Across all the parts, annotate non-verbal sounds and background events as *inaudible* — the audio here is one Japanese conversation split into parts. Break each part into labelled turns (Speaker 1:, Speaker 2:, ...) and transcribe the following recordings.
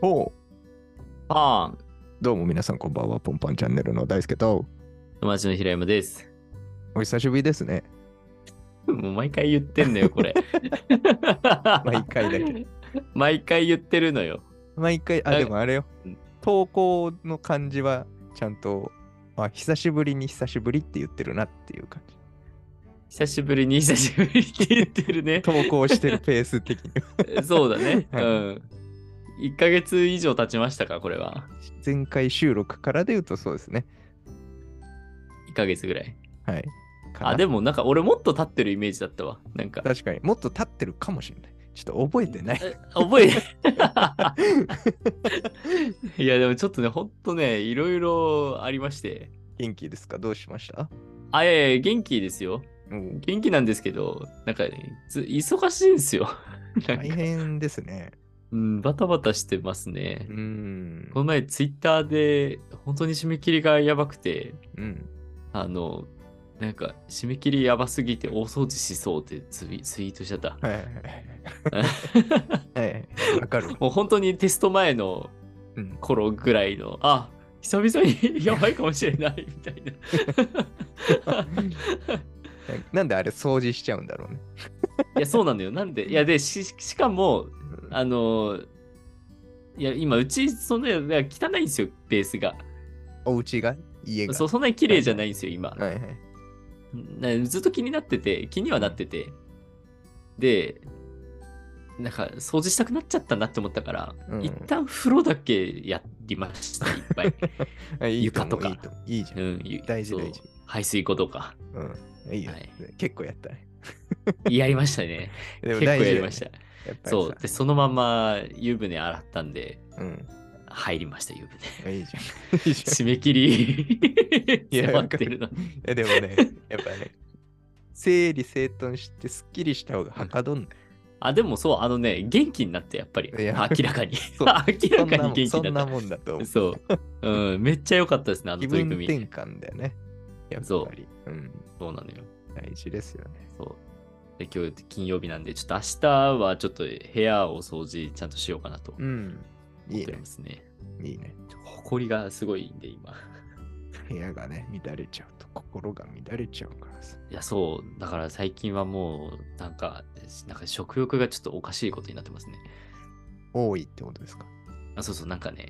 Speaker 1: おう
Speaker 2: パン、
Speaker 1: どうも皆さんこんばんは、ポンパンチャンネルの大輔と、
Speaker 2: 友達の平山です。 *laughs*
Speaker 1: お久しぶりですね。
Speaker 2: もう毎回言ってんのよ、これ。
Speaker 1: *laughs* 毎回だけ。
Speaker 2: *laughs* 毎回言ってるのよ。
Speaker 1: 毎回、あ、
Speaker 2: はい
Speaker 1: でもあれよ
Speaker 2: うん、
Speaker 1: 投稿の感じはちゃんと、あ、久しぶりに久しぶりって言ってるなっていう感じ。
Speaker 2: 久しぶりに久しぶりって言ってるね。
Speaker 1: 投稿してるペース的に
Speaker 2: *laughs*
Speaker 1: は。
Speaker 2: そうだね。う
Speaker 1: はい
Speaker 2: ん。1ヶ月以上経ちましたか、これは。
Speaker 1: 前回収録からで言うとそうですね。
Speaker 2: 1ヶ月ぐらい。
Speaker 1: はい。かな
Speaker 2: あ、でもなんか俺もっと経ってるイメージだったわ。なんか。
Speaker 1: 確かにもっと経ってるかもしれない。ちょっと覚えてない。
Speaker 2: え覚え *laughs* ていやでもちょっとねほんとねいろいろありまして
Speaker 1: 元気ですかどうしました
Speaker 2: あいやいや元気ですよ
Speaker 1: うん
Speaker 2: 元気なんですけどなんか、ね、ず忙しいんですよ *laughs* なんか
Speaker 1: 大変ですね。
Speaker 2: うんバタバタしてますね
Speaker 1: うーん
Speaker 2: こ。の前ツイッターで本当に締め切りがやばくて
Speaker 1: うん。
Speaker 2: あのなんか締め切りやばすぎて大掃除しそうってツイツイートしちゃった
Speaker 1: はいはい
Speaker 2: *laughs*
Speaker 1: はいはい。わかる。
Speaker 2: もう本当にテスト前の
Speaker 1: うん。
Speaker 2: 頃ぐらいのあ久々にやばいかもしれないみたいな *laughs*
Speaker 1: なんであれ掃除しちゃうんだろうね。
Speaker 2: いやそうなんだよなんでいやでししかもあのいや今うちそんなにいや汚いんですよベースが
Speaker 1: お家が家が。
Speaker 2: そうそんなに綺麗じゃないんですよ今
Speaker 1: はいはい。
Speaker 2: なずっと気になってて気にはなっててでなんか掃除したくなっちゃったなって思ったから、
Speaker 1: うん
Speaker 2: 一旦風呂だけやりましたいっ
Speaker 1: *laughs*
Speaker 2: ぱい、
Speaker 1: あいい思う
Speaker 2: 床とか
Speaker 1: いい思ういいじゃ。
Speaker 2: うんん、ゆ
Speaker 1: 大事
Speaker 2: そう
Speaker 1: 大事
Speaker 2: 排水溝とか
Speaker 1: うん。いいよ
Speaker 2: はい。
Speaker 1: 結構やったね。
Speaker 2: やりましたね
Speaker 1: *laughs* でも
Speaker 2: 結構
Speaker 1: 大事だ
Speaker 2: や
Speaker 1: よ
Speaker 2: り
Speaker 1: ね
Speaker 2: ました。
Speaker 1: やっぱ
Speaker 2: そう。
Speaker 1: り
Speaker 2: で、そのまま湯船洗ったんで、
Speaker 1: さ。うん。
Speaker 2: 入りました、
Speaker 1: *laughs*
Speaker 2: 湯船。
Speaker 1: いいじゃん。
Speaker 2: *laughs*
Speaker 1: いいじゃん。
Speaker 2: 締め切り
Speaker 1: いや
Speaker 2: *laughs* 迫ってるのに。
Speaker 1: えでもね、やっぱね、整理整頓してすっきりした方がはかどんない。
Speaker 2: あ、でもそう、あのね、元気になって、やっぱり。
Speaker 1: いや
Speaker 2: 明らかに。
Speaker 1: *laughs* そう
Speaker 2: *laughs* 明
Speaker 1: そ
Speaker 2: ら
Speaker 1: ん
Speaker 2: か
Speaker 1: なも
Speaker 2: に元
Speaker 1: ん
Speaker 2: 気
Speaker 1: そ
Speaker 2: に
Speaker 1: ん
Speaker 2: な
Speaker 1: な
Speaker 2: っ
Speaker 1: もんだと思
Speaker 2: た。
Speaker 1: う。
Speaker 2: そう。うん、めっちゃ良かったですね、あの
Speaker 1: 気
Speaker 2: 取り
Speaker 1: 分
Speaker 2: 組
Speaker 1: 転
Speaker 2: み。
Speaker 1: 換だよね。やっ
Speaker 2: そう
Speaker 1: ぱり。うん。
Speaker 2: そうなのよ。
Speaker 1: 大事ですよね。
Speaker 2: そう。で、今日金曜日なんで、ちょっと明日はちょっと部屋を掃除ちゃんとしようかなと思
Speaker 1: うん。い
Speaker 2: っ
Speaker 1: い
Speaker 2: て
Speaker 1: ね
Speaker 2: ま。すね。
Speaker 1: いいね。
Speaker 2: 埃がすごいんで、今。
Speaker 1: 部屋がね、乱れちゃうと心が乱れちゃうからさ。
Speaker 2: いや、そう。だから最近はもう、なんか、なんか食欲がちょっとおかしいことになってますね。
Speaker 1: 多いってことですか
Speaker 2: あ、そうそう、なんかね、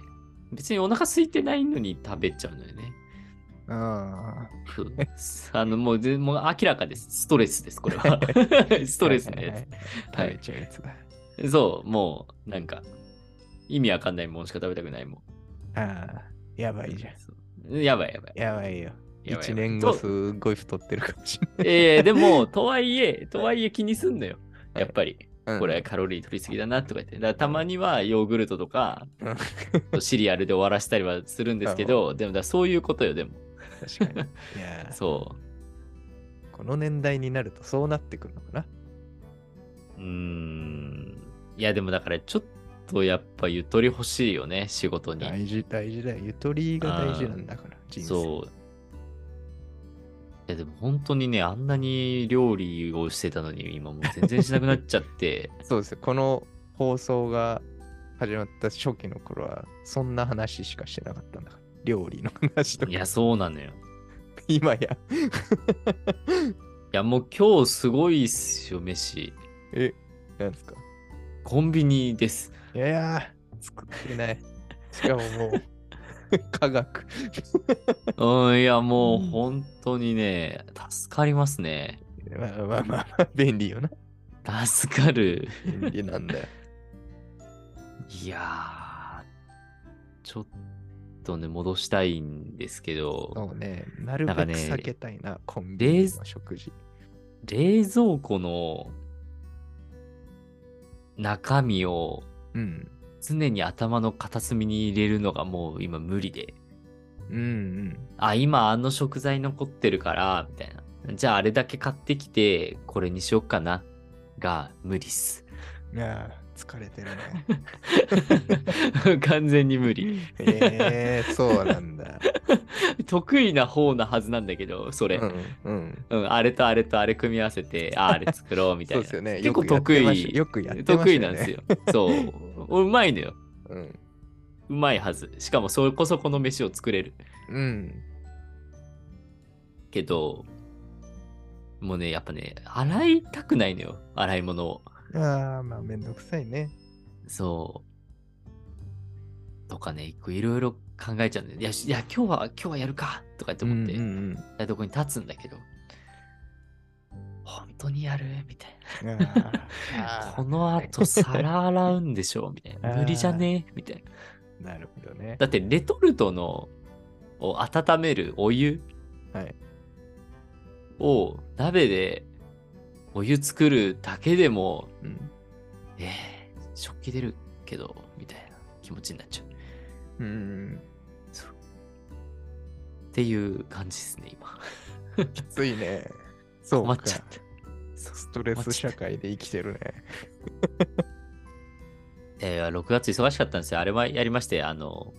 Speaker 2: 別にお腹空いてないのに食べちゃうのよね。
Speaker 1: あ
Speaker 2: そうあの、もう、ぜもう明らかです。ストレスです、こ
Speaker 1: *laughs*
Speaker 2: れは。ス
Speaker 1: ス
Speaker 2: トレスのやつ。は
Speaker 1: 食べ
Speaker 2: い。
Speaker 1: ちゃうやつだ。
Speaker 2: そう、もう、なんか、意味わかんないもんしか食べたくないもん。
Speaker 1: ああ、やばいじゃん。
Speaker 2: そうやばいやばい。
Speaker 1: やばいよ。
Speaker 2: やばいやばい
Speaker 1: 1年後
Speaker 2: と
Speaker 1: すっごい太ってるかもしれ
Speaker 2: ええでも、とはいえ、とはいえ気にすんのよ。やっぱり、
Speaker 1: ない。
Speaker 2: これカロリー取りすぎだなとか言って。だからたまにはヨーグルトとか、
Speaker 1: うん。
Speaker 2: シリアルで終わらせたりはするんですけ
Speaker 1: *laughs*
Speaker 2: ど、でもだそういうことよ、でも。
Speaker 1: 確かに。いやー
Speaker 2: そ
Speaker 1: この年代になるとそうなってくるのかな。
Speaker 2: う。うーん。いや、でもだからちょっとやっぱゆとり欲しいよね、仕事に。
Speaker 1: 大事、大事だよ。ゆとりが大事なんだから、人生。
Speaker 2: そう。いや、でも本当にね、あんなに料理をしてたのに、今もう全然しなくなっちゃって。
Speaker 1: *laughs* そうですよ。この放送が始まった初期の頃は、そんな話しかしてなかったんだから。料理の話と
Speaker 2: い
Speaker 1: か、
Speaker 2: や、そうなのよ。
Speaker 1: 今や。
Speaker 2: いや、もう今日すごいっすよ、飯。
Speaker 1: え、なんですか
Speaker 2: コンビニです。
Speaker 1: いやー、作って
Speaker 2: *laughs*
Speaker 1: ない。しかももう、 *laughs* 科学。
Speaker 2: うん、いや、もう
Speaker 1: うん
Speaker 2: 本当にね、助かりますね。
Speaker 1: まあまあまあ、便利よな。
Speaker 2: 助かる。
Speaker 1: 便利なんだよ。
Speaker 2: いやー、ちょっとね、戻したいんですけど、
Speaker 1: そうね、なるべく
Speaker 2: なんかね
Speaker 1: 避けたいな、コンビニの食事。
Speaker 2: 冷蔵庫の中身を
Speaker 1: うん。
Speaker 2: 常に頭の片隅に入れるのがもう今無理で、
Speaker 1: うんうん。
Speaker 2: あ、今あの食材残ってるから、みたいな。じゃああれだけ買ってきて、これにしよっかな、が無理っす。 *laughs*
Speaker 1: いやー、疲れてるね。
Speaker 2: 完全に無理。
Speaker 1: えー、そうなんだ。
Speaker 2: 得意な方なはずなんだけど、それ。
Speaker 1: うんうん。
Speaker 2: うん、あれとあれとあれ組み合わせて、ああれ作ろうみた
Speaker 1: *laughs* そ
Speaker 2: いうな。
Speaker 1: ですよね。
Speaker 2: 結構
Speaker 1: よくやってまし
Speaker 2: 得意
Speaker 1: よくやってました
Speaker 2: 得
Speaker 1: よ
Speaker 2: 意
Speaker 1: ね
Speaker 2: なんですよ。そう。うまいのよ。
Speaker 1: うん。
Speaker 2: うまいはず。しかもそこそこの飯を作れる。
Speaker 1: うん。
Speaker 2: けど、もうね、やっぱね、洗いたくないのよ。洗い物を。
Speaker 1: ああ、まあめんどくさいね。
Speaker 2: そう。とかね、一個いろいろ考えちゃうんだよ。いや、しいや今日は、今日はやるかとかって思って、
Speaker 1: うんうん
Speaker 2: 台所に立つんだけど、本当にやるみたい
Speaker 1: うん、
Speaker 2: *laughs*
Speaker 1: あ
Speaker 2: な。
Speaker 1: ー
Speaker 2: この後、皿洗うんでしょみたいな。
Speaker 1: あー
Speaker 2: 無理じゃねみたいな。
Speaker 1: なるほどね。
Speaker 2: だって、レトルトの、を温めるお湯
Speaker 1: はい
Speaker 2: を、鍋で、お湯作るだけでも、
Speaker 1: うん
Speaker 2: ええ食器出るけど、みたいな気持ちになっちゃう。
Speaker 1: うんうん
Speaker 2: っていう感じですね、今。
Speaker 1: うん。きついね。そう
Speaker 2: 困
Speaker 1: か
Speaker 2: っ。ちゃった。そう
Speaker 1: ストレ
Speaker 2: 困
Speaker 1: ス
Speaker 2: っちゃっ
Speaker 1: 社
Speaker 2: た
Speaker 1: 会で生きてるね。
Speaker 2: えー、6月忙しかったんですよ。あれはやりまして、あの、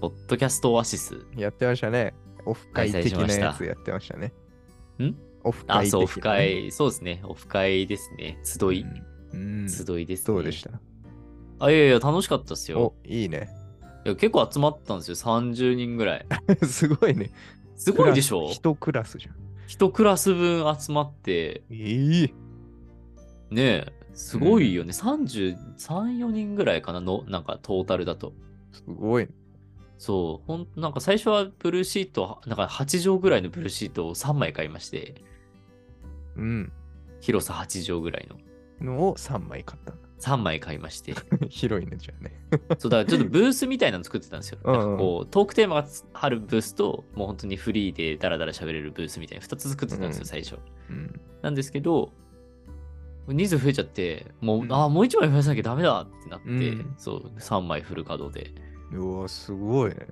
Speaker 2: ポッドキャストオアシス。
Speaker 1: やってましたね。オフ会的なやつやってましたね。
Speaker 2: ん
Speaker 1: オフ
Speaker 2: あ、
Speaker 1: 会的なね。
Speaker 2: そう、オフ会。そうですね。オフ会ですね。集い。
Speaker 1: うん。うん
Speaker 2: 集いですね。
Speaker 1: どうでした
Speaker 2: あ、いやいや、楽しかったですよ
Speaker 1: お。、いいね。 *laughs*
Speaker 2: いや結構集まったんですよ。30人ぐらい。
Speaker 1: すごいね。
Speaker 2: すごいでしょ
Speaker 1: 一クラスじゃん。
Speaker 2: 一クラス分集まって、
Speaker 1: ええ
Speaker 2: ねえ、すごいよね。33、4人ぐらいかなの、なんかトータルだと。
Speaker 1: すごい。
Speaker 2: そう、ほんなんか最初はブルーシート、なんか8畳ぐらいのブルーシートを3枚買いまして、
Speaker 1: うん。
Speaker 2: 広さ8畳ぐらいの
Speaker 1: のを3枚買ったんだ。 *laughs*
Speaker 2: 3枚買いまして、
Speaker 1: 広いね、じゃあね。
Speaker 2: そうだからちょ
Speaker 1: *laughs*
Speaker 2: っとブースみたいなの作ってたんですよ。
Speaker 1: うんうん
Speaker 2: なんかこう、トークテーマがあるブースと、もう本当にフリーでダラダラ喋れるブースみたいな2つ作ってたんです
Speaker 1: う
Speaker 2: よ、
Speaker 1: ん
Speaker 2: 最初。
Speaker 1: うん。
Speaker 2: なんですけど、人数増えちゃって、もう、
Speaker 1: うん
Speaker 2: ああ、もう1枚増やさなきゃダメだってなって、
Speaker 1: うん
Speaker 2: そう、3枚フル稼働で。
Speaker 1: うわ、すごいね。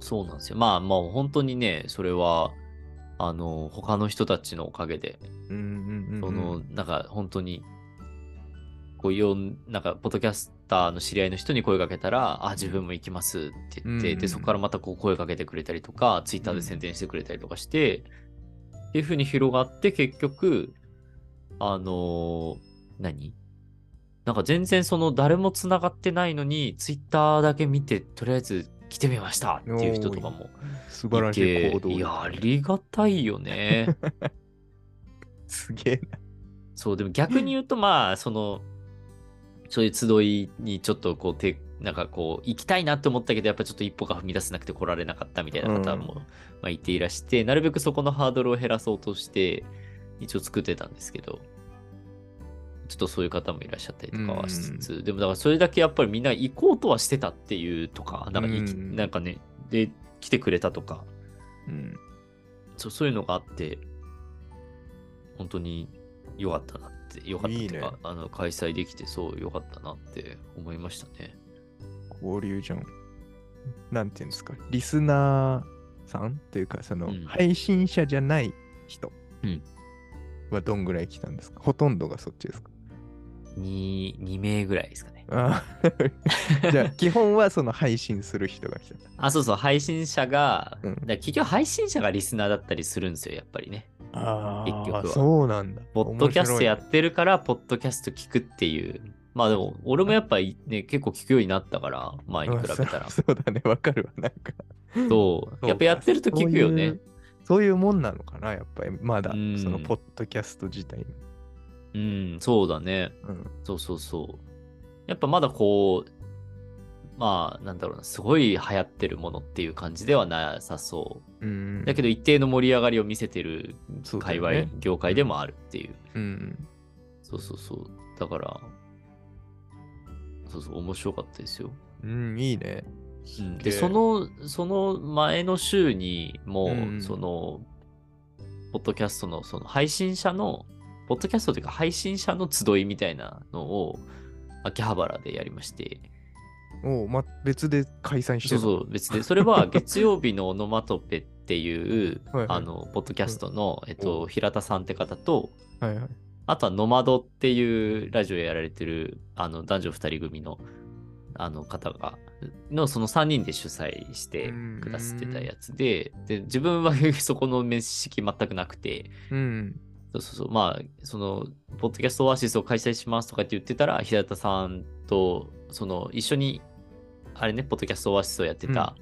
Speaker 2: そうなんですよ。まあまあ、本当にね、それは、あの、他の人たちのおかげで、
Speaker 1: うんうんうんうん。
Speaker 2: その、なんか本当に、こう、よん、なんか、ポッドキャスターの知り合いの人に声かけたら、あ、自分も行きますって言って、
Speaker 1: うんうんう
Speaker 2: で、
Speaker 1: ん
Speaker 2: そこからまたこう声かけてくれたりとか、ツイッターで宣伝してくれたりとかして、っていう風に広がって、結局、あのー何なんか全然その誰も繋がってないのに、ツイッターだけ見て、とりあえず来てみましたっていう人とかも
Speaker 1: 素晴ら
Speaker 2: い
Speaker 1: しい
Speaker 2: て、
Speaker 1: 行動
Speaker 2: い
Speaker 1: 力
Speaker 2: や、
Speaker 1: だ
Speaker 2: あ
Speaker 1: ね
Speaker 2: りがたいよね。
Speaker 1: すげえ
Speaker 2: そう、でも逆に言うと、まあ、その、そういう集いにちょっとこう、てなんかこう、行きたいなって思ったけど、やっぱちょっと一歩が踏み出せなくて来られなかったみたいな方も、
Speaker 1: う
Speaker 2: まあ、いていらして、なるべくそこのハードルを減らそうとして、一応作ってたんですけど、ちょっとそういう方もいらっしゃったりとかはしつつ、でもだからそれだけやっぱりみんな行こうとはしてたっていうとか、なんか行き、
Speaker 1: うん
Speaker 2: なんかね、で、来てくれたとか、
Speaker 1: な。うん。
Speaker 2: そうそういうのがあって、本当に良かったなって、良かったっていうか
Speaker 1: いいね
Speaker 2: あの開催できて、そう良かったなって思いましたね。
Speaker 1: 交流じゃん。なんていうんですか。リスナーさんっていうか、その、
Speaker 2: うん
Speaker 1: 配信者じゃない人
Speaker 2: うん
Speaker 1: はどんぐらい来たんですかほとんどがそっちですか
Speaker 2: 2, 2名ぐらいですかね。
Speaker 1: あ
Speaker 2: *laughs*
Speaker 1: ーじゃあ、基本はその配信する人が来た。
Speaker 2: あ、そうそう、配信者が、
Speaker 1: うん
Speaker 2: だから結局配信者がリスナーだったりするんですよ、やっぱりね。
Speaker 1: あー
Speaker 2: 結局は
Speaker 1: そうなんだ。
Speaker 2: ポッドキャストや
Speaker 1: 面
Speaker 2: ってるから、ポッドキャスト聞くっていう。まあでも、俺もやっぱりね、結構聞くようになったから、前に
Speaker 1: 白いね
Speaker 2: 比べた
Speaker 1: う
Speaker 2: ら
Speaker 1: ん。そうそうだね、わかるわ。なんか。
Speaker 2: そう。やっぱやってると聞くよね。
Speaker 1: そういう。そういうもんなのかな、やっぱり。まだ、
Speaker 2: うん
Speaker 1: そのポッドキャスト自体の。
Speaker 2: うん、そうだね。
Speaker 1: うん
Speaker 2: そうそうそう。やっぱまだこう、まあ、なんだろうな、すごい流行ってるものっていう感じではなさそう。
Speaker 1: うん。
Speaker 2: だけ
Speaker 1: ど、
Speaker 2: ど、一定の盛り上がりを見せてる
Speaker 1: そうだ
Speaker 2: 界
Speaker 1: よ
Speaker 2: 隈、
Speaker 1: ね
Speaker 2: 業界でもあるっていう。
Speaker 1: うん。
Speaker 2: そうそうそう。だから、そうそう、面白かったですよ。
Speaker 1: うん、いいね。
Speaker 2: うん
Speaker 1: すげ
Speaker 2: で、
Speaker 1: え
Speaker 2: そ、の、その前の週に、も
Speaker 1: う
Speaker 2: う、
Speaker 1: ん
Speaker 2: その、ポッドキャストの、その配信者の、ポッドキャストというか配信者の集いみたいなのを、秋葉原でやりまして、
Speaker 1: おうま、別で開催して
Speaker 2: そ
Speaker 1: た
Speaker 2: うそう、別で。それは *laughs* 月曜日のオノマトペっていう、
Speaker 1: はいはい
Speaker 2: あの、ポッドキャストの、えっと、平田さんって方と、
Speaker 1: はいはい。
Speaker 2: あとはノマドっていうラジオやられてる、あの、男女二人組の、あの方が、の、その3人で主催してくださってたやつで、で、自分は *laughs* そこの面識全くなくて、
Speaker 1: うん。
Speaker 2: そうそうそう、まあ、その、ポッドキャストオアシスを開催しますとかって言ってたら、平田さんと、その、一緒にあれね、ポッドキャストオアシスをやってた、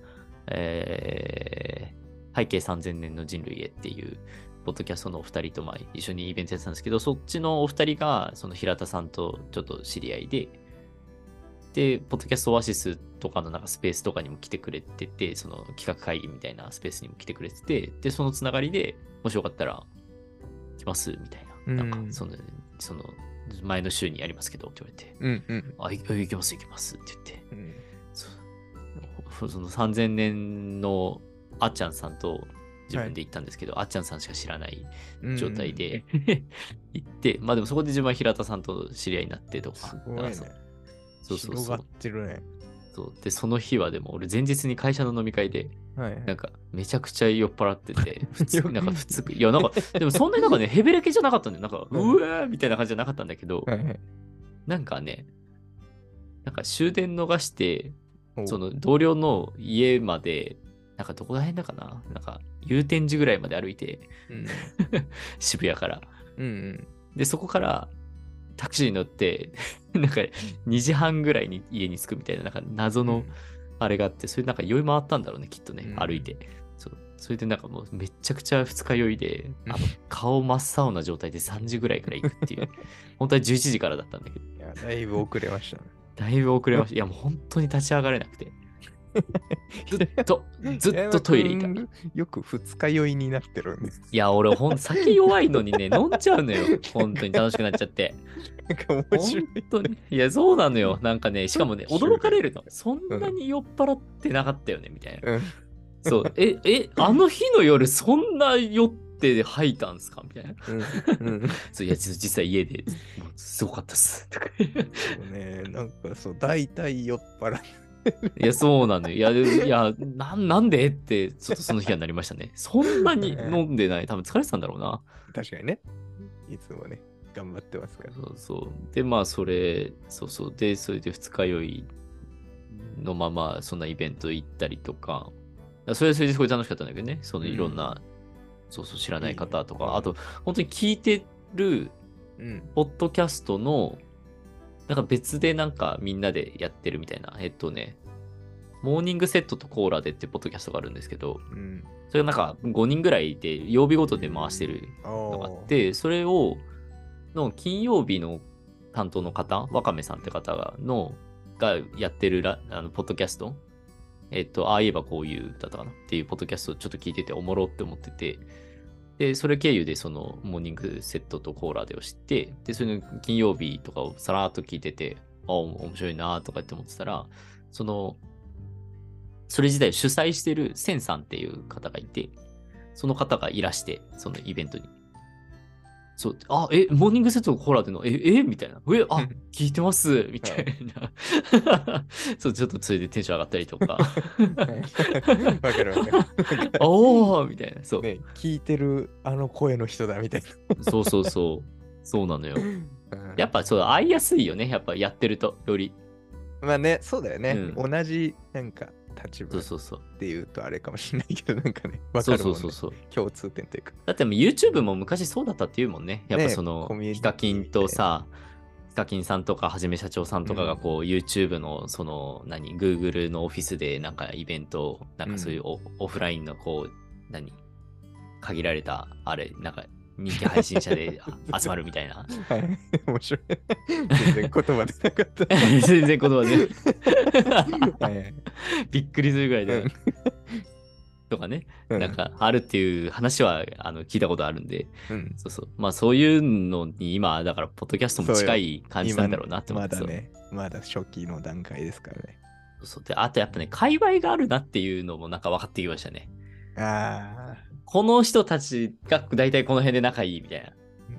Speaker 2: えー背景3000年の人類へっていう、ポッドキャストのお二人とまあ一緒にイベントやってたんですけど、そっちのお二人が、その平田さんとちょっと知り合いで、で、ポッドキャストオアシスとかのなんかスペースとかにも来てくれてて、その企画会議みたいなスペースにも来てくれてて、で、そのつながりで、もしよかったら来ますみたいな、なん
Speaker 1: うん
Speaker 2: かその、その、前の週にやりますけどって言われて、
Speaker 1: うんうん
Speaker 2: あ、い行きます行きますって言っ
Speaker 1: う
Speaker 2: て、
Speaker 1: ん。
Speaker 2: そその3000年のあっちゃんさんと自分で行ったんですけど、あっちゃんさんしか知らない
Speaker 1: うん
Speaker 2: 状態。で、 *laughs* 行って、まあでもそこで自分は平田さんと知り合いになってとか、
Speaker 1: すごい
Speaker 2: だ
Speaker 1: ね
Speaker 2: から。そそうそう
Speaker 1: 広
Speaker 2: そ
Speaker 1: が
Speaker 2: う
Speaker 1: ってるね。
Speaker 2: そう。で、その日はでも俺前日に会社の飲み会で、
Speaker 1: はいはい。
Speaker 2: なんかめちゃくちゃ酔っ払っ
Speaker 1: *laughs*
Speaker 2: てて、普通
Speaker 1: よく
Speaker 2: なんか普通、いやなんか、でもそんなになん
Speaker 1: *laughs*
Speaker 2: かね、ヘベレケじゃなかったんだよ。なんか、う
Speaker 1: うん
Speaker 2: わーみたいな感じじゃなかったんだけど、
Speaker 1: はいはい
Speaker 2: なんかね、なんか終電逃して、
Speaker 1: おう
Speaker 2: その同僚の家まで、なんかどこら辺だかななんか、祐天寺ぐらいまで歩いて、
Speaker 1: うん
Speaker 2: 渋谷から。
Speaker 1: うん
Speaker 2: で、そこからタクシーに乗って、なんか2時半ぐらいに家に着くみたいな、なんか謎
Speaker 1: うん。
Speaker 2: のあれがあって、それでなんか酔い回ったんだろうね、きっと
Speaker 1: う
Speaker 2: ね、
Speaker 1: ん
Speaker 2: 歩いて。そうそれでなんかもうめちゃくちゃ二日酔いで、
Speaker 1: うん
Speaker 2: あの顔真っ青な状態で3時ぐらいから行くっ
Speaker 1: *laughs*
Speaker 2: ていう、本当は11時からだったんだけど、
Speaker 1: いや、だいぶ遅れましたね。
Speaker 2: だいぶ遅れました。いやもう本当に立ち上がれ
Speaker 1: *laughs*
Speaker 2: なくて。ずっと、ずっとトイレいた。
Speaker 1: 平山君よく二日酔いになってるんです。
Speaker 2: いや、俺、ほん、酒弱いのにね、飲んじゃうのよ。本当に楽しくなっちゃって。
Speaker 1: なんか面白
Speaker 2: 本
Speaker 1: い。
Speaker 2: 当に。いや、そうなのよ。なんかね、しかもね、驚かれるの。そんなに酔っ払ってなかったよね、みたいな。
Speaker 1: うん
Speaker 2: そう。え、え、あの日の夜、そんな酔って吐いたんすかみたいな。
Speaker 1: うんうん
Speaker 2: そういや、実実は家で、もうすごかったっす。とか
Speaker 1: そうね、なんかそう、大体酔っ払い。
Speaker 2: いや、そうなのよ。いや、でいやなんなんでって、ちょっとその日はなりましたね。そんなに飲んでない。多分疲れてたんだろうな。
Speaker 1: 確かにね。いつもね、頑張ってますから。
Speaker 2: そうそう。で、まあ、それ、そうそう。で、それで二日酔いのまま、そんなイベント行ったりとか、あそれはそれですごい楽しかったんだけどね、その
Speaker 1: うん
Speaker 2: いろんな、そうそう、知らない方とか、
Speaker 1: いいね
Speaker 2: あと、本当に聞いてる、
Speaker 1: うん。
Speaker 2: ポッドキャストの、なんか別でなんかみんなでやってるみたいな、えっとね、モーニングセットとコーラでってポッドキャストがあるんですけど、
Speaker 1: うん。
Speaker 2: それがなんか5人ぐらいで曜日ごとで回してる
Speaker 1: あ
Speaker 2: のがあ
Speaker 1: あ
Speaker 2: っ。て、それを、の金曜日の担当の方、わかめさんって方がのがやってるラあのポッドキャスト、えっと、ああ言えばこういうだったかなっていうポッドキャストをちょっと聞いてておもろって思ってて、で、それ経由でそのモーニングセットとコーラでを知って、で、それの金曜日とかをさらっと聞いてて、あ、お面白いなとかって思ってたら、その、それ自体を主催してるセンさんっていう方がいて、その方がいらして、そのイベントに。そう、あ、え、モーニングセットのコーラでの、え、えみたいな。え、
Speaker 1: う *laughs*
Speaker 2: あ
Speaker 1: ん、
Speaker 2: 聞いてますみたいな。そう、ちょっとそれでテンション上がったりとか。
Speaker 1: はい *laughs* わかるわかる。
Speaker 2: *laughs* おーみたいな。そう、
Speaker 1: ね、聞いてるあの声の人だみたい
Speaker 2: そうそうそう。そうなのよ。
Speaker 1: な。うん
Speaker 2: やっぱそう、会いやすいよね。やっぱやってると、より。
Speaker 1: まあね、そうだよね。
Speaker 2: う
Speaker 1: 同じなんか立
Speaker 2: そう
Speaker 1: 場っ
Speaker 2: そうそう。
Speaker 1: ていうとあれかもしれないけど、なんかね、わ
Speaker 2: そ
Speaker 1: か
Speaker 2: う
Speaker 1: る
Speaker 2: そ
Speaker 1: もん、
Speaker 2: う
Speaker 1: ね、
Speaker 2: そうそう。
Speaker 1: 共通点というか。
Speaker 2: だってもう YouTube も昔そうだったっていうもんね。やっぱ
Speaker 1: ね
Speaker 2: その
Speaker 1: コミュ、ニテ
Speaker 2: ヒ
Speaker 1: ィ
Speaker 2: カキンとさ、ヒカキンさんとかはじめ社長さんとかがこう、YouTube のその、何、Google のオフィスでなんかイベントを、なんかそういうオ,、オフラインのこう、何、限られた、あれ、なんか人気配信者
Speaker 1: *laughs*
Speaker 2: であ集まるみたいな。 *laughs*
Speaker 1: はい。面白い。全然言葉出なかった。
Speaker 2: 全然言葉ね。 *laughs*
Speaker 1: はいはい
Speaker 2: びっくりするぐらいで。
Speaker 1: うん
Speaker 2: とかね、
Speaker 1: う
Speaker 2: なんかあるっていう話はあの聞いたことあるんで、
Speaker 1: うん
Speaker 2: そうそう。まあそういうのに今、だから、ポッドキャストも近い感じなんだろうなって思
Speaker 1: ま
Speaker 2: って
Speaker 1: だ
Speaker 2: そう
Speaker 1: ね、まだ初期の段階ですからね。
Speaker 2: そうであとやっぱね、界隈があるなっていうのもなんか分かってきましたね。
Speaker 1: ああ。
Speaker 2: この人たちが大体この辺で仲いいみたいな。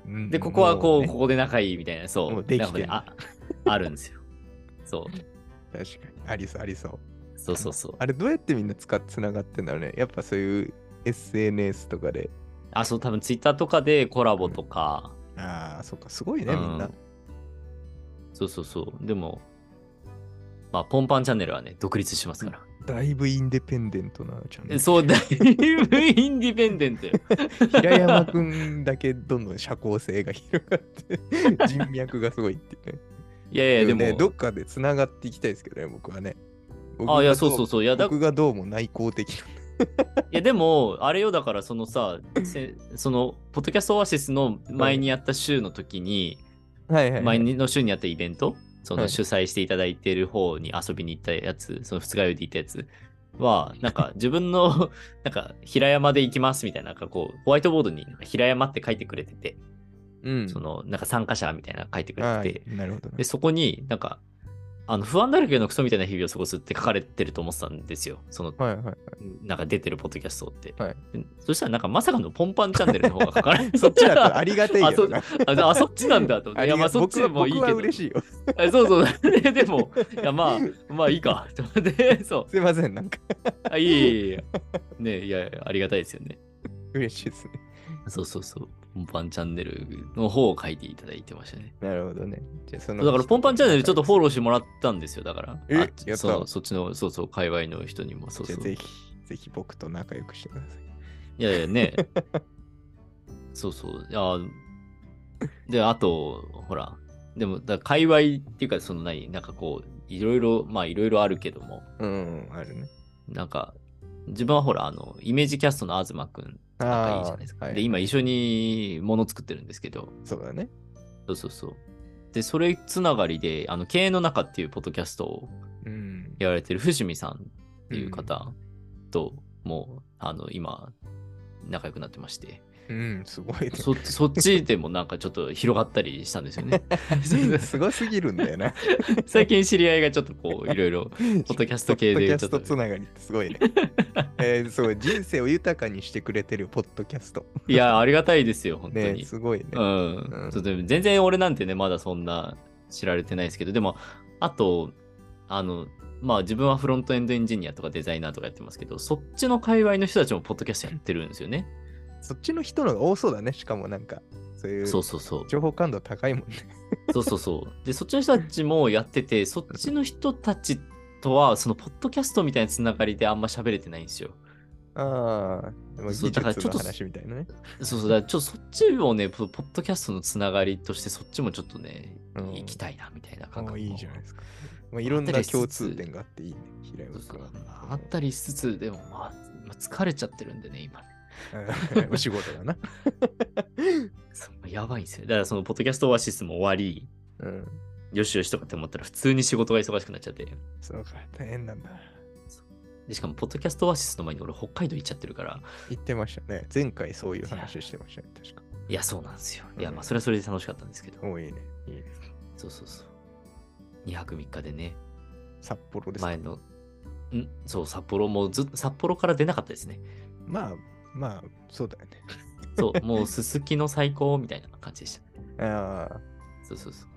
Speaker 1: うん
Speaker 2: で、ここはこう、
Speaker 1: もね
Speaker 2: ここで仲いいみたいな、そう。
Speaker 1: もうできてる
Speaker 2: なんかねあ、あるんですよ。そう。
Speaker 1: 確かに。ありそう、ありそう。
Speaker 2: そうそうそう。
Speaker 1: あれ、どうやってみんな使っつながってんだろうね。やっぱそういう SNS とかで。
Speaker 2: あ、そう、多分ツイッターとかでコラボとか、
Speaker 1: ああ、そっか、すごいね、みん
Speaker 2: う。
Speaker 1: なん
Speaker 2: そうそうそう。でも、まあ、ポンパンチャンネルはね、独立しますから。
Speaker 1: だいぶインデペンデントなチャンネル。
Speaker 2: そう、だいぶインディペンデントよ。
Speaker 1: 平山くんだけどんどん社交性が広が
Speaker 2: *laughs*
Speaker 1: って、人脈がすごいっていうね。
Speaker 2: いやいや、でも、
Speaker 1: ね、どっかでつながっていきたいですけどね、僕はね。
Speaker 2: あいやそうそう
Speaker 1: そ
Speaker 2: そういやだい
Speaker 1: 僕がどうも内向的な。
Speaker 2: やでもあれよだからそのさせそのポッドキャストオアシスの前にやった週の時に、
Speaker 1: はいはい、は
Speaker 2: 前
Speaker 1: い。
Speaker 2: の週にやったイベントそ
Speaker 1: は
Speaker 2: の
Speaker 1: い
Speaker 2: 主催していただいてる方に遊びに行ったやつその二日酔いで行ったやつはなんか自分の *laughs* なんか平山で行きますみたいななんかこうホワイトボードになんか平山って書いてくれてて、
Speaker 1: うん。
Speaker 2: そのなんか参加者みたいなの書いてくれてて、
Speaker 1: はい。なるほどね
Speaker 2: で。そこになんかあの不安だらけのクソみたいな日々を過ごすって書かれてると思ってたんですよその
Speaker 1: はいはい。
Speaker 2: なんか出てるポッドキャストって、
Speaker 1: はい
Speaker 2: でそしたらなんかまさかのポンパンチャンネルの方が書かれ
Speaker 1: *laughs*
Speaker 2: て
Speaker 1: そっちだとありがたい
Speaker 2: *laughs* あ
Speaker 1: け
Speaker 2: そ
Speaker 1: ど
Speaker 2: う
Speaker 1: な。
Speaker 2: あであそっちなんだと思っ
Speaker 1: あ
Speaker 2: て
Speaker 1: り
Speaker 2: いやま
Speaker 1: が
Speaker 2: あそっち
Speaker 1: 僕
Speaker 2: は
Speaker 1: は
Speaker 2: もういいけ
Speaker 1: 僕は
Speaker 2: ど
Speaker 1: 嬉しいよ。
Speaker 2: あそうそう *laughs* ででもいやまあまあいいか *laughs* と思ってそ
Speaker 1: *laughs*
Speaker 2: う
Speaker 1: すいません、なんか
Speaker 2: あいえいえいえねいやいやありがたいですよね
Speaker 1: 嬉しいですね。
Speaker 2: そうそうそうポンパンチャンネルの方を書いていただいてましたね
Speaker 1: なるほどね。じゃあその
Speaker 2: だから、ポンパンチャンネルちょっとフォローしてもらったんですよ、だから。
Speaker 1: え
Speaker 2: あ
Speaker 1: やった
Speaker 2: そうそっちの、そうそう、界隈の人にも、そう
Speaker 1: じ
Speaker 2: そ
Speaker 1: ゃあ
Speaker 2: う。
Speaker 1: ぜ
Speaker 2: い
Speaker 1: ひ、ぜひ僕と仲良くしてください。
Speaker 2: やいや、ね。そうそう。あで、あと、ほら、でも、だ界隈っていうか、その何、なんかこう、いろいろ、まあ、いろいろあるけども、
Speaker 1: うん、あるね。
Speaker 2: なんか、自分はほら、あの、イメージキャストの東くん、仲いいじゃないですか。
Speaker 1: あーはい
Speaker 2: で、今、一緒にもの作ってるんですけど、
Speaker 1: そうだね。
Speaker 2: そうそうそう。で、それつながりで、あの、経営の中っていうポッドキャストを
Speaker 1: うん。
Speaker 2: やられてる伏見さんっていう
Speaker 1: うん
Speaker 2: 方とも、あの今仲良くなってまして
Speaker 1: うん、すごいね。
Speaker 2: そそっちでもなんかちょっと広がったりしたんです
Speaker 1: *laughs*
Speaker 2: よね *laughs*
Speaker 1: すごすぎるんだよ *laughs* な。
Speaker 2: 最近知り合いがちょっとこういろ
Speaker 1: *laughs*
Speaker 2: いろ
Speaker 1: ポッ
Speaker 2: ドキャスト系で
Speaker 1: ポッドキャスト
Speaker 2: ちょっと
Speaker 1: つながりってすごいね。えー、そう、人生を豊かにしてくれてるポッドキャスト。
Speaker 2: いやありがたいですよ本当
Speaker 1: ね
Speaker 2: に、
Speaker 1: すごいね。
Speaker 2: うん、
Speaker 1: うん
Speaker 2: そうでも全然俺なんてねまだそんな知られてないですけどでもあとあのまあ自分はフロントエンドエンジニアとかデザイナーとかやってますけどそっちの界隈の人たちもポッドキャストやってるんですよね
Speaker 1: そっちの人の方が多そうだね。しかもなんか、そういう
Speaker 2: そうそうそう
Speaker 1: 情報感度高いもんね。
Speaker 2: そうそうそう。で、そっちの人たちもやってて、そっちの人たちとは、その、ポッドキャストみたいなつながりであんま喋れてないんですよ。
Speaker 1: ああ、でも
Speaker 2: そう
Speaker 1: 技
Speaker 2: だからち
Speaker 1: 術
Speaker 2: ょっ
Speaker 1: の
Speaker 2: と
Speaker 1: 話みたいなね。
Speaker 2: そうそう、だからちょっとそっちをね、ポポッドキャストのつながりとして、そっちもちょっとね、
Speaker 1: うん
Speaker 2: 行きたいな、みたいな感
Speaker 1: もう
Speaker 2: 覚
Speaker 1: いいじゃないですすか。まあ、いろん
Speaker 2: あった
Speaker 1: な
Speaker 2: りしつつ
Speaker 1: 共通点があっていいね。平
Speaker 2: そう
Speaker 1: 山
Speaker 2: そ
Speaker 1: 君
Speaker 2: う
Speaker 1: は。
Speaker 2: あったりしつつ、でも、まあ、まあ疲れちゃってるんでね、今ね。
Speaker 1: うんお仕事だな。
Speaker 2: そうやばいんですよ。だから、その、ポッドキャストオアシスも終わり、
Speaker 1: *laughs* うん。
Speaker 2: よしよしとかって思ったら、普通に仕事が忙しくなっちゃって。
Speaker 1: そうか、大変なんだ。
Speaker 2: でしかも、ポッドキャストオアシスの前に俺、北海道行っちゃってるから、
Speaker 1: 言ってましたね。前回そういう話してましたね。確か。
Speaker 2: いや、そうなんですよ。いや、
Speaker 1: うん
Speaker 2: まあ、それはそれで楽しかったんですけど。
Speaker 1: おーいいね。いいね。
Speaker 2: そうそうそう。2泊3日でね、
Speaker 1: 札幌ですか。
Speaker 2: 前の、んそう、札幌もずっと、札幌から出なかったですね。
Speaker 1: まあ、まあ、そうだよね。
Speaker 2: そう、もうすすきの最高みたいな感じでした。
Speaker 1: ああ、
Speaker 2: そうそうそう。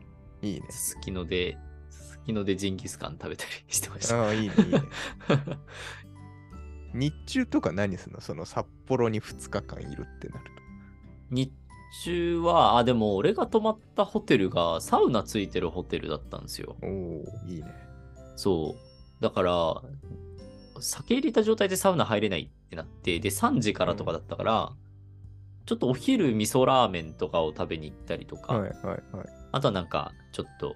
Speaker 1: いいね。
Speaker 2: すすきので、すすきのでジンギスカン食べたりしてました。
Speaker 1: *laughs* ああ、いいね、いいね。日中とか何すんのその札幌に2日間いるってなる
Speaker 2: 日中は、あ、でも俺が泊まったホテルがサウナついてるホテルだったんですよ。
Speaker 1: と。おお、いいね。
Speaker 2: そう。だから、酒入れた状態でサウナ入れないってなって、で、3時からとかだったから、ちょっとお昼味噌ラーメンとかを食べに行ったりとか、
Speaker 1: はいはいはい。
Speaker 2: あとはなんか、ちょっと、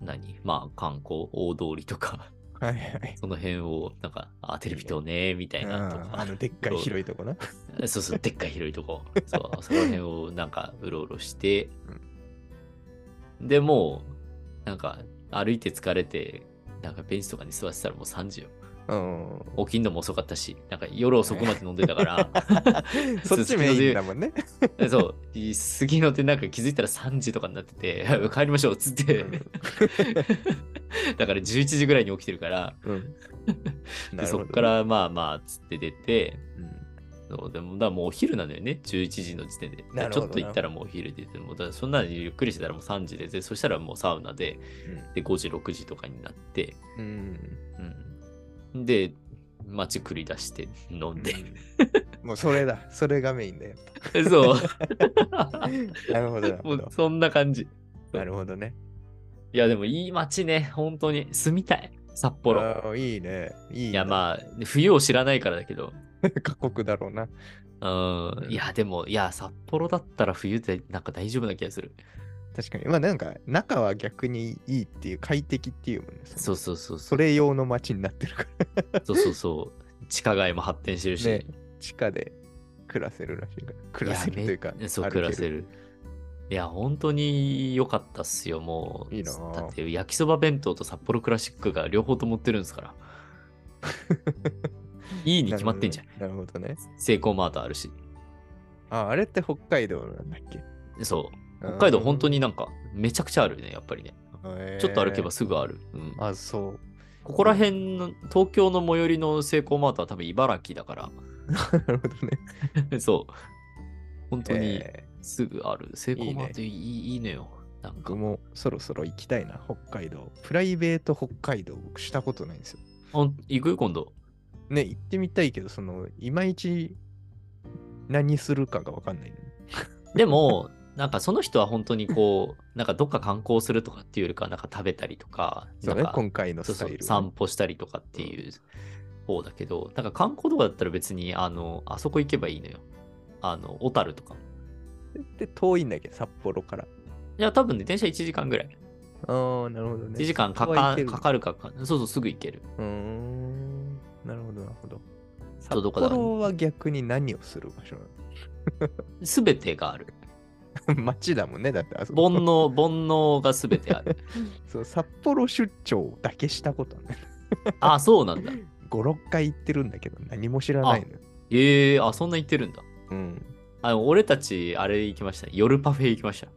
Speaker 2: 何まあ、観光、大通りとか、
Speaker 1: はいはい。
Speaker 2: その辺を、なんか、あ、テレビ塔ね、みたいなと
Speaker 1: あ
Speaker 2: か
Speaker 1: あ、あの、でっかい広いとこな。
Speaker 2: そうそう、でっかい広いとこ。
Speaker 1: *laughs*
Speaker 2: そう、その辺をなんかうろうろして、でもう、なんか歩いて疲れて、なんかベンチとかに座ってたらもう3時よ。
Speaker 1: うん。
Speaker 2: 起きんのも遅かったし、なんか夜遅くまで飲んでたから、
Speaker 1: *laughs* そっちメインだもんね。 *laughs*
Speaker 2: そう、い杉野ってなんか気づいたら3時とかになってて、帰りましょうっつって、だから11時ぐらいに起きてるから、
Speaker 1: *laughs* うん。
Speaker 2: で
Speaker 1: なるほ
Speaker 2: そ
Speaker 1: ど
Speaker 2: っか、らまあまあっつって出て、
Speaker 1: うん
Speaker 2: そうでもだからもうお昼なんだよね、11時の時点で。で
Speaker 1: なる
Speaker 2: ち
Speaker 1: ほ
Speaker 2: ょ
Speaker 1: ど
Speaker 2: っと行ったらもうお昼で、でもだからそんなにゆっくりしてたらもう3時でで、そしたらもうサウナで、で5時、6時とかになって、
Speaker 1: うん。
Speaker 2: うん、で、街繰り出して飲んで。
Speaker 1: もうそれだ。それがメインだよ。 *laughs*
Speaker 2: そう、 *laughs*
Speaker 1: なるほどなる
Speaker 2: も
Speaker 1: ほ
Speaker 2: う
Speaker 1: ど。
Speaker 2: そんな感じ。
Speaker 1: なるほどね。
Speaker 2: いや、でもいい街ね、本当に。住みたい、札幌。
Speaker 1: ああ、いいね。いい
Speaker 2: い
Speaker 1: な
Speaker 2: や、まあ、冬を知らないからだけど。
Speaker 1: *laughs* 過酷だろうな。
Speaker 2: うん、いや、でも、いや、札幌だったら冬でなんか大丈夫な気がする。
Speaker 1: 確かに。まあなんか、中は逆にいいっていう、快適っていうもんね。その
Speaker 2: そうそうそうそ。
Speaker 1: そうれ用の街になってるから。 *laughs*
Speaker 2: そうそうそう。地下街も発展してるし。
Speaker 1: ね、地下で暮らせるらしいから。暮らせるというか
Speaker 2: いやめ、そう、
Speaker 1: 歩け
Speaker 2: 暮らせ。る。いや、本当に良かったっすよ、もう。
Speaker 1: いいなあ
Speaker 2: だって、焼きそば弁当と札幌クラシックが両方と持ってるんで
Speaker 1: *laughs*
Speaker 2: すから。いいに決まってんじゃん。
Speaker 1: なるほどね。
Speaker 2: セイコーマートあるし。
Speaker 1: あ、あれって北海道なんだっけ
Speaker 2: そう。北海道本当になんか、めちゃくちゃあるね、やっぱりね。ちょっと歩けば
Speaker 1: す
Speaker 2: すぐある。うん。
Speaker 1: あ、そう。 *laughs*
Speaker 2: ここら辺の、東京の最寄りのセイコーマートは多分茨城だか
Speaker 1: なるほどね。
Speaker 2: ら。 *laughs* そう。本当に
Speaker 1: えー
Speaker 2: すぐある。セイコーマートいいいいのよ。なんか
Speaker 1: 僕、もそろそろ行きたいな、北海道。プライベート北海道、僕したことないんですよ。
Speaker 2: あ行くよ、今度。
Speaker 1: ね、行ってみたいけど、その、いまいち何するかがわかんない、ね。
Speaker 2: でも、なんかその人は本当にこう、なんかどっか観光するとかっていうよりか、なんか食べたりとか、
Speaker 1: そう
Speaker 2: なん
Speaker 1: ね
Speaker 2: か、
Speaker 1: 今回の
Speaker 2: そう
Speaker 1: ス
Speaker 2: そ
Speaker 1: タ
Speaker 2: う
Speaker 1: イルはね、
Speaker 2: 散歩したりとかっていう方だけど、なんか観光とかだったら別に、あの、あそこ行けばいいのよ。あの、小樽とか。
Speaker 1: で、遠いんだけど、札幌から。
Speaker 2: いや、多分ね、電車1時間ぐらい。
Speaker 1: ああ、なるほどね。
Speaker 2: 1時間か
Speaker 1: そこは
Speaker 2: か
Speaker 1: 行ける
Speaker 2: かかるかか、そうそう、すぐ行ける。
Speaker 1: うーん。なるほど、なるほど。札
Speaker 2: とどこだ
Speaker 1: 幌は逆に何をする場所
Speaker 2: すべてがある。
Speaker 1: なの *laughs* 街だもんね、だってあそ
Speaker 2: 煩
Speaker 1: こ。
Speaker 2: 悩、煩悩がすべて
Speaker 1: *laughs*
Speaker 2: ある。
Speaker 1: そう札幌出張だけしたことね。
Speaker 2: あ、そうなんだ。
Speaker 1: 5、6回行ってるんだけど、何も知らないのよ。
Speaker 2: ええあ、そんな行ってるんだ。
Speaker 1: うん。
Speaker 2: あ俺たち、あれ行きました。夜パフェ行きました。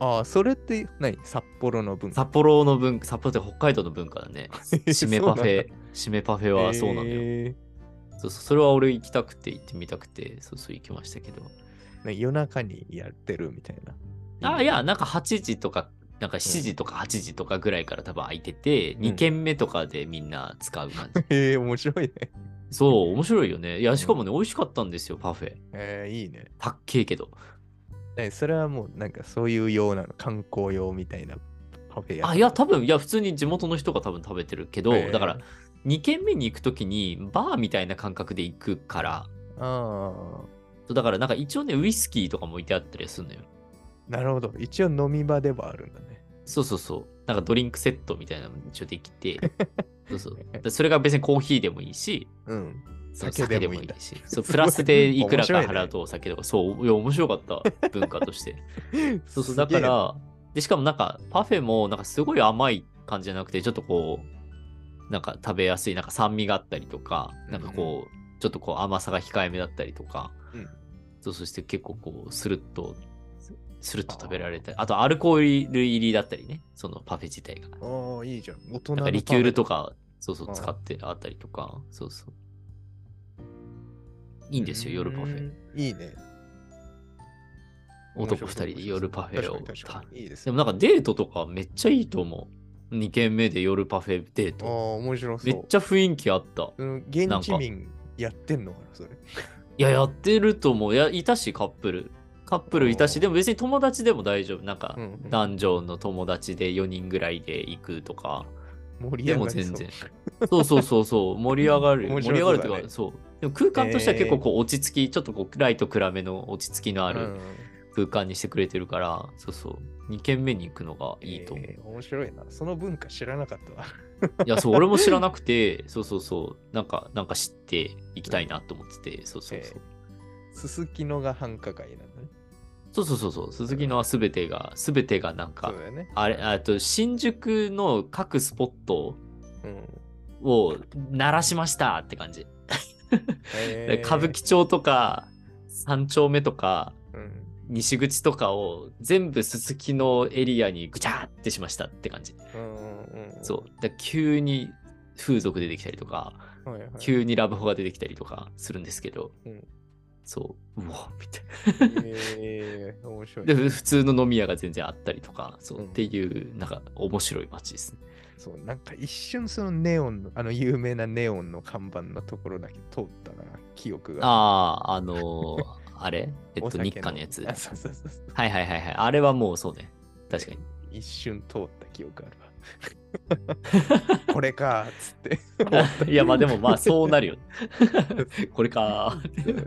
Speaker 1: ああ、それって何札幌の文化。
Speaker 2: 札幌の文化、札幌って北海道の文化だね。締めパ
Speaker 1: *laughs*
Speaker 2: フ
Speaker 1: そうなん
Speaker 2: ェ、締めパフェはそうなんだよ。
Speaker 1: へ
Speaker 2: そうそう、それは俺行きたくて行ってみたくて、そうそう行きましたけど。
Speaker 1: ーね夜中にやってるみたいな。
Speaker 2: あ、いや、なんか8時とか、なんか7時とか8時とかぐらいから多分空いてて、2軒目とかでみんな使
Speaker 1: *laughs*
Speaker 2: う感じ。
Speaker 1: へえ、面白いね。
Speaker 2: そう、面白いよね。いや、しかもね、美味しかったんですよ、パフェ。
Speaker 1: えー、いいね。
Speaker 2: たっけえけど。
Speaker 1: ねそれはもうなんかそういうようなの観光用みたいなパフェや
Speaker 2: あ、いや、多分、いや、普通に地元の人が多分食べてるけど、
Speaker 1: へー
Speaker 2: だから、2軒目に行くときに、バーみたいな感覚で行くから、
Speaker 1: ああ
Speaker 2: そうだから、なんか一応ね、ウイスキーとかも置いてあったりするのよ。
Speaker 1: なるほど一応飲み場ではあるんだね
Speaker 2: そうそうそう。なんかドリンクセットみたいなのも一応できて、
Speaker 1: *laughs*
Speaker 2: そうそう。だからそれが別にコーヒーでもいいし、
Speaker 1: うん
Speaker 2: その
Speaker 1: 酒でもいいんだ
Speaker 2: 酒でもし。そう、プラスでいくらか
Speaker 1: 面白いね
Speaker 2: 払うとお酒とか、そう、いや、面白かった、文化
Speaker 1: *laughs*
Speaker 2: として。 *laughs* そうそう、
Speaker 1: す
Speaker 2: だ
Speaker 1: げえ
Speaker 2: か
Speaker 1: な
Speaker 2: ら、で、しかもなんか、パフェも、なんかすごい甘い感じじゃなくて、ちょっとこう、なんか食べやすい、なんか酸味があったりとか、なんかこう、ちょっとこう甘さが控えめだったりとか、
Speaker 1: うん
Speaker 2: そうそして結構こう、スルッと、スルッと食べられたり、あとアルコール入りだったりね、そのパフェ自体が。
Speaker 1: ああいいじゃん大人の
Speaker 2: なん
Speaker 1: パフ
Speaker 2: か
Speaker 1: ェ
Speaker 2: リキュールとか、そうそうう、
Speaker 1: ん
Speaker 2: 使ってあったりとか、そうそう。いいんですよ、夜パフ
Speaker 1: う
Speaker 2: ェ。
Speaker 1: んいいね
Speaker 2: 男二人で夜パフェを
Speaker 1: 確かに確かにいいです
Speaker 2: で
Speaker 1: ね
Speaker 2: もなんかデートとかめっちゃいいと思う。2軒目で夜パフェデー
Speaker 1: ああ
Speaker 2: ト。
Speaker 1: 面白そう
Speaker 2: めっちゃ雰囲気あった。
Speaker 1: うん現地民やってんのかなそれ
Speaker 2: いや、やってると思う。いや、いたし、カップル。カップルいたし、でも別に友達でも大丈夫。なんか
Speaker 1: う、んうん
Speaker 2: 男女の友達で4人ぐらいで行くとか。
Speaker 1: 盛り
Speaker 2: で
Speaker 1: 上が
Speaker 2: も
Speaker 1: りそ
Speaker 2: 全
Speaker 1: う
Speaker 2: 然。そうそうそう
Speaker 1: *laughs*
Speaker 2: そう。盛り上がる。
Speaker 1: 面白
Speaker 2: 盛り
Speaker 1: そ
Speaker 2: 上が
Speaker 1: う
Speaker 2: る
Speaker 1: だね
Speaker 2: というか、そう。でも空間としては結構こう落ち着き、ちょっとこうライト暗めの落ち着きのあ
Speaker 1: う
Speaker 2: る
Speaker 1: ん
Speaker 2: 空間にしてくれてるから、そうそう。2軒目に行くのがいいと思う。
Speaker 1: えー面白いなその文化知らなかったわ *laughs*
Speaker 2: いや、そう、俺も知らなくて、そうそうそう、なんか、なんか知っていきたいなと思ってて、そうそうそう。
Speaker 1: すすきのが繁華街なんだね
Speaker 2: そうそうそうそう、鈴木のはすべてが、すべてがなん
Speaker 1: そ
Speaker 2: か
Speaker 1: う、だよね
Speaker 2: あれ、あと、新宿の各スポット
Speaker 1: うん
Speaker 2: を鳴らしましたって感じ。
Speaker 1: えー
Speaker 2: 歌舞伎町とか、三丁目とか、
Speaker 1: うん
Speaker 2: 西口とかを全部すすきのエリアにぐちゃーってしましたって感じ。
Speaker 1: うんうんうん
Speaker 2: そう。だから急に風俗出てきたりとか、
Speaker 1: はいはい、
Speaker 2: 急にラブホが出てきたりとかするんですけど、
Speaker 1: うん
Speaker 2: そう、うわみたい
Speaker 1: えー、面白い。
Speaker 2: な。で、普通の飲み屋が全然あったりとか、そう、
Speaker 1: うん
Speaker 2: っていう、なんか面白い街ですね。
Speaker 1: そう、なんか一瞬そのネオンの、あの有名なネオンの看板のところだけ通ったな、記憶が。あ、
Speaker 2: ああ、あのー *laughs* あれえっと、日課のやつ。は
Speaker 1: あ
Speaker 2: い
Speaker 1: そうそうそうそう。
Speaker 2: はいはいはい。あれはもうそうね。確かに。
Speaker 1: 一瞬通った記憶あるわ。
Speaker 2: *laughs*
Speaker 1: これかーっつって。 *laughs*
Speaker 2: *laughs* いや、まあでもまあそうなるよね。これかーって。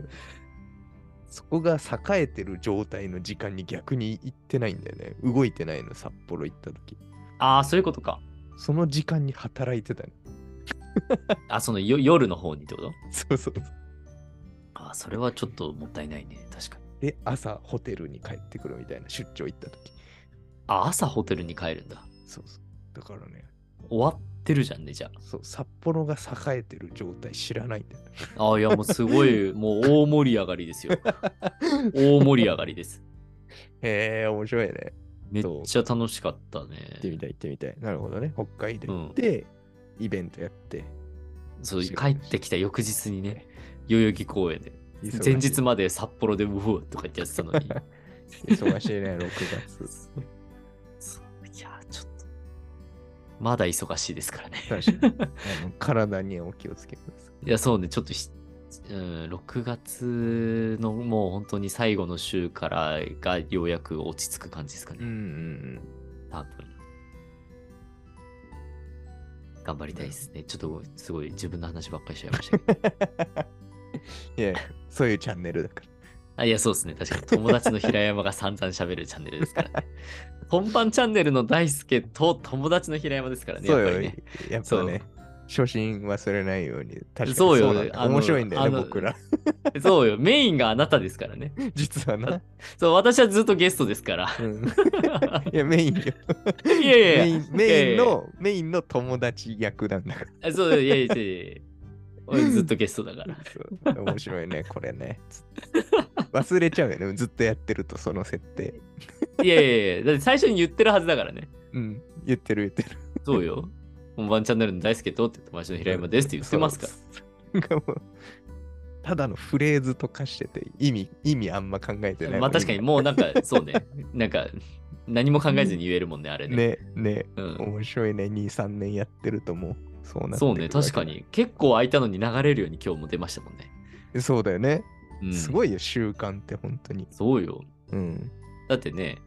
Speaker 1: そこが栄えてる状態の時間に逆に行ってないんだよね。動いてないの、札幌行った時。
Speaker 2: ああ、そういうことか。
Speaker 1: その時間に働いてたね。
Speaker 2: あ、そのよ夜の方にってこと
Speaker 1: そうそうそう。
Speaker 2: ああ、それはちょっともったいないね。確かに。
Speaker 1: で、朝ホテルに帰ってくるみたいな、出張行った時。
Speaker 2: あ、朝ホテルに帰るんだ。
Speaker 1: そうそう。だからね、
Speaker 2: 終わってるじゃんね、じゃ
Speaker 1: そう、札幌が栄えてる状態知らないんだよね。
Speaker 2: あ。ああ、いや、もうすごい、 *laughs* もう大盛り上がりですよ。大盛り上がりです。 *laughs*
Speaker 1: へえ、面白いね。
Speaker 2: めっちゃ楽しかった
Speaker 1: 行って
Speaker 2: ね。
Speaker 1: みたい、行ってみたい。なるほどね。北海道
Speaker 2: う
Speaker 1: 行
Speaker 2: ん
Speaker 1: って、イベントやって。
Speaker 2: そう、帰ってきた翌日にね、代々木公園で。
Speaker 1: 忙しい
Speaker 2: 前日まで札幌でうおーとか言ってやってたのに。
Speaker 1: 忙しいね、6月。
Speaker 2: *laughs*
Speaker 1: *laughs*
Speaker 2: そういや、ちょっと。まだ忙しいですからね。
Speaker 1: 確かに。あの体にお気をつけください。
Speaker 2: いや、そうね、ちょっとし、うん、6月のもう本当に最後の週からがようやく落ち着く感じですか
Speaker 1: う
Speaker 2: ね、
Speaker 1: んうん
Speaker 2: 多分。頑張りたいですね。ちょっとすごい自分の話ばっかりしちゃいましたけど。
Speaker 1: *laughs* うん。いや、そういうチャンネルだから。
Speaker 2: あいや、そうですね。確かに友達の平山が散々喋るチャンネルですから
Speaker 1: *laughs*
Speaker 2: ね。本番チャンネルの大輔と友達の平山ですからね。
Speaker 1: そう
Speaker 2: やっぱ
Speaker 1: よ、
Speaker 2: りね。
Speaker 1: やっぱね、初心忘れないように。確かに
Speaker 2: そうよ
Speaker 1: なんだ
Speaker 2: あの
Speaker 1: 面白いんだよね、
Speaker 2: あの
Speaker 1: 僕
Speaker 2: *laughs*
Speaker 1: ら。
Speaker 2: そうよ。メインがあなたですからね。
Speaker 1: 実はな。
Speaker 2: そう、私はずっとゲストですから。
Speaker 1: *laughs* うんいや、メインよ。
Speaker 2: いやいや
Speaker 1: メ
Speaker 2: いや
Speaker 1: インメインの、メインの友達役なんだから。
Speaker 2: あそう、いやいやいやいや。俺ずっとゲストだから。
Speaker 1: そう面白いね、これ
Speaker 2: *laughs*
Speaker 1: ね。忘れちゃうよね、ずっとやってると、その設定。
Speaker 2: いやいやいや、だって最初に言ってるはずだからね。
Speaker 1: うん、言ってる言ってる。
Speaker 2: そうよ。本番チャンネルの大輔とって友達の平山ですって言ってますから。
Speaker 1: そう。なんかもうただのフレーズとかしてて、意味、意味あんま考えてない。
Speaker 2: まあ確かにもうなんか、そうね。なんか、何も考えずに言えるもんね、あれね。
Speaker 1: ね、ね、
Speaker 2: うん。
Speaker 1: 面白いね、2、3年やってるともう、そうなってくる
Speaker 2: そうね、確か。に。結構空いたのに流れるように今日も出ましたもんね。
Speaker 1: そうだよね。
Speaker 2: うん、
Speaker 1: す
Speaker 2: い。
Speaker 1: ごいよ、習慣って本当に。
Speaker 2: そうよ。
Speaker 1: うん。
Speaker 2: だってね、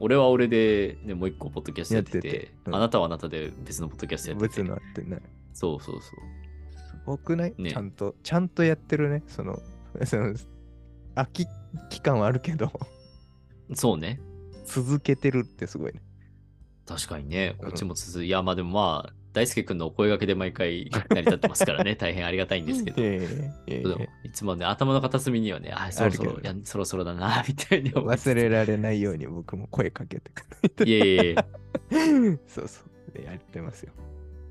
Speaker 2: 俺は俺で、ね、もう一個ポッドキャストやってて
Speaker 1: やっててうん
Speaker 2: あなたはあなたで別のポッドキャストやってて、
Speaker 1: 別のあってない。
Speaker 2: そうそうそう。
Speaker 1: 多くない、
Speaker 2: ね
Speaker 1: ちゃんと、ちゃんとやってるね。その、 *laughs* その、空き期間はあるけど、 *laughs*
Speaker 2: そうね。
Speaker 1: 続けてるってすごいね。
Speaker 2: 確かにね、
Speaker 1: うん
Speaker 2: こっちも続いいや、まあでもまあ、大輔君のお声掛けで毎回成り立ってま
Speaker 1: *laughs*
Speaker 2: すからね、大変ありがたいんですけど。
Speaker 1: ええええ
Speaker 2: でもいつもね、頭の片隅にはね、あ、そろそ
Speaker 1: あ
Speaker 2: ろ
Speaker 1: る、け
Speaker 2: い
Speaker 1: ど
Speaker 2: やそろそろだな、 *laughs* みたいに思いつつ
Speaker 1: 忘れられないように僕も声かけてくれて。
Speaker 2: いやいやいや、い
Speaker 1: *laughs* そうそう。でやってますよ。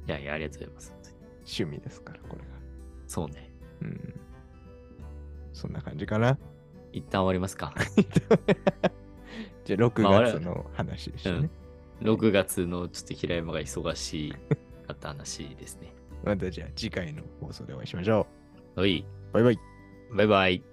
Speaker 2: やいや、ありがとうございます。
Speaker 1: 趣味ですから、これが。
Speaker 2: そうね。
Speaker 1: うん。そんな感じかな。 *laughs*
Speaker 2: 一旦終わりますか。
Speaker 1: じゃあ、6
Speaker 2: まあ
Speaker 1: 月の話でしたね。
Speaker 2: うん6月のちょっと平山が忙しかった話ですね。
Speaker 1: またじゃあ、次回の放送でお会いしましょ
Speaker 2: は
Speaker 1: う。
Speaker 2: い、
Speaker 1: バイバイ。
Speaker 2: バイバイ。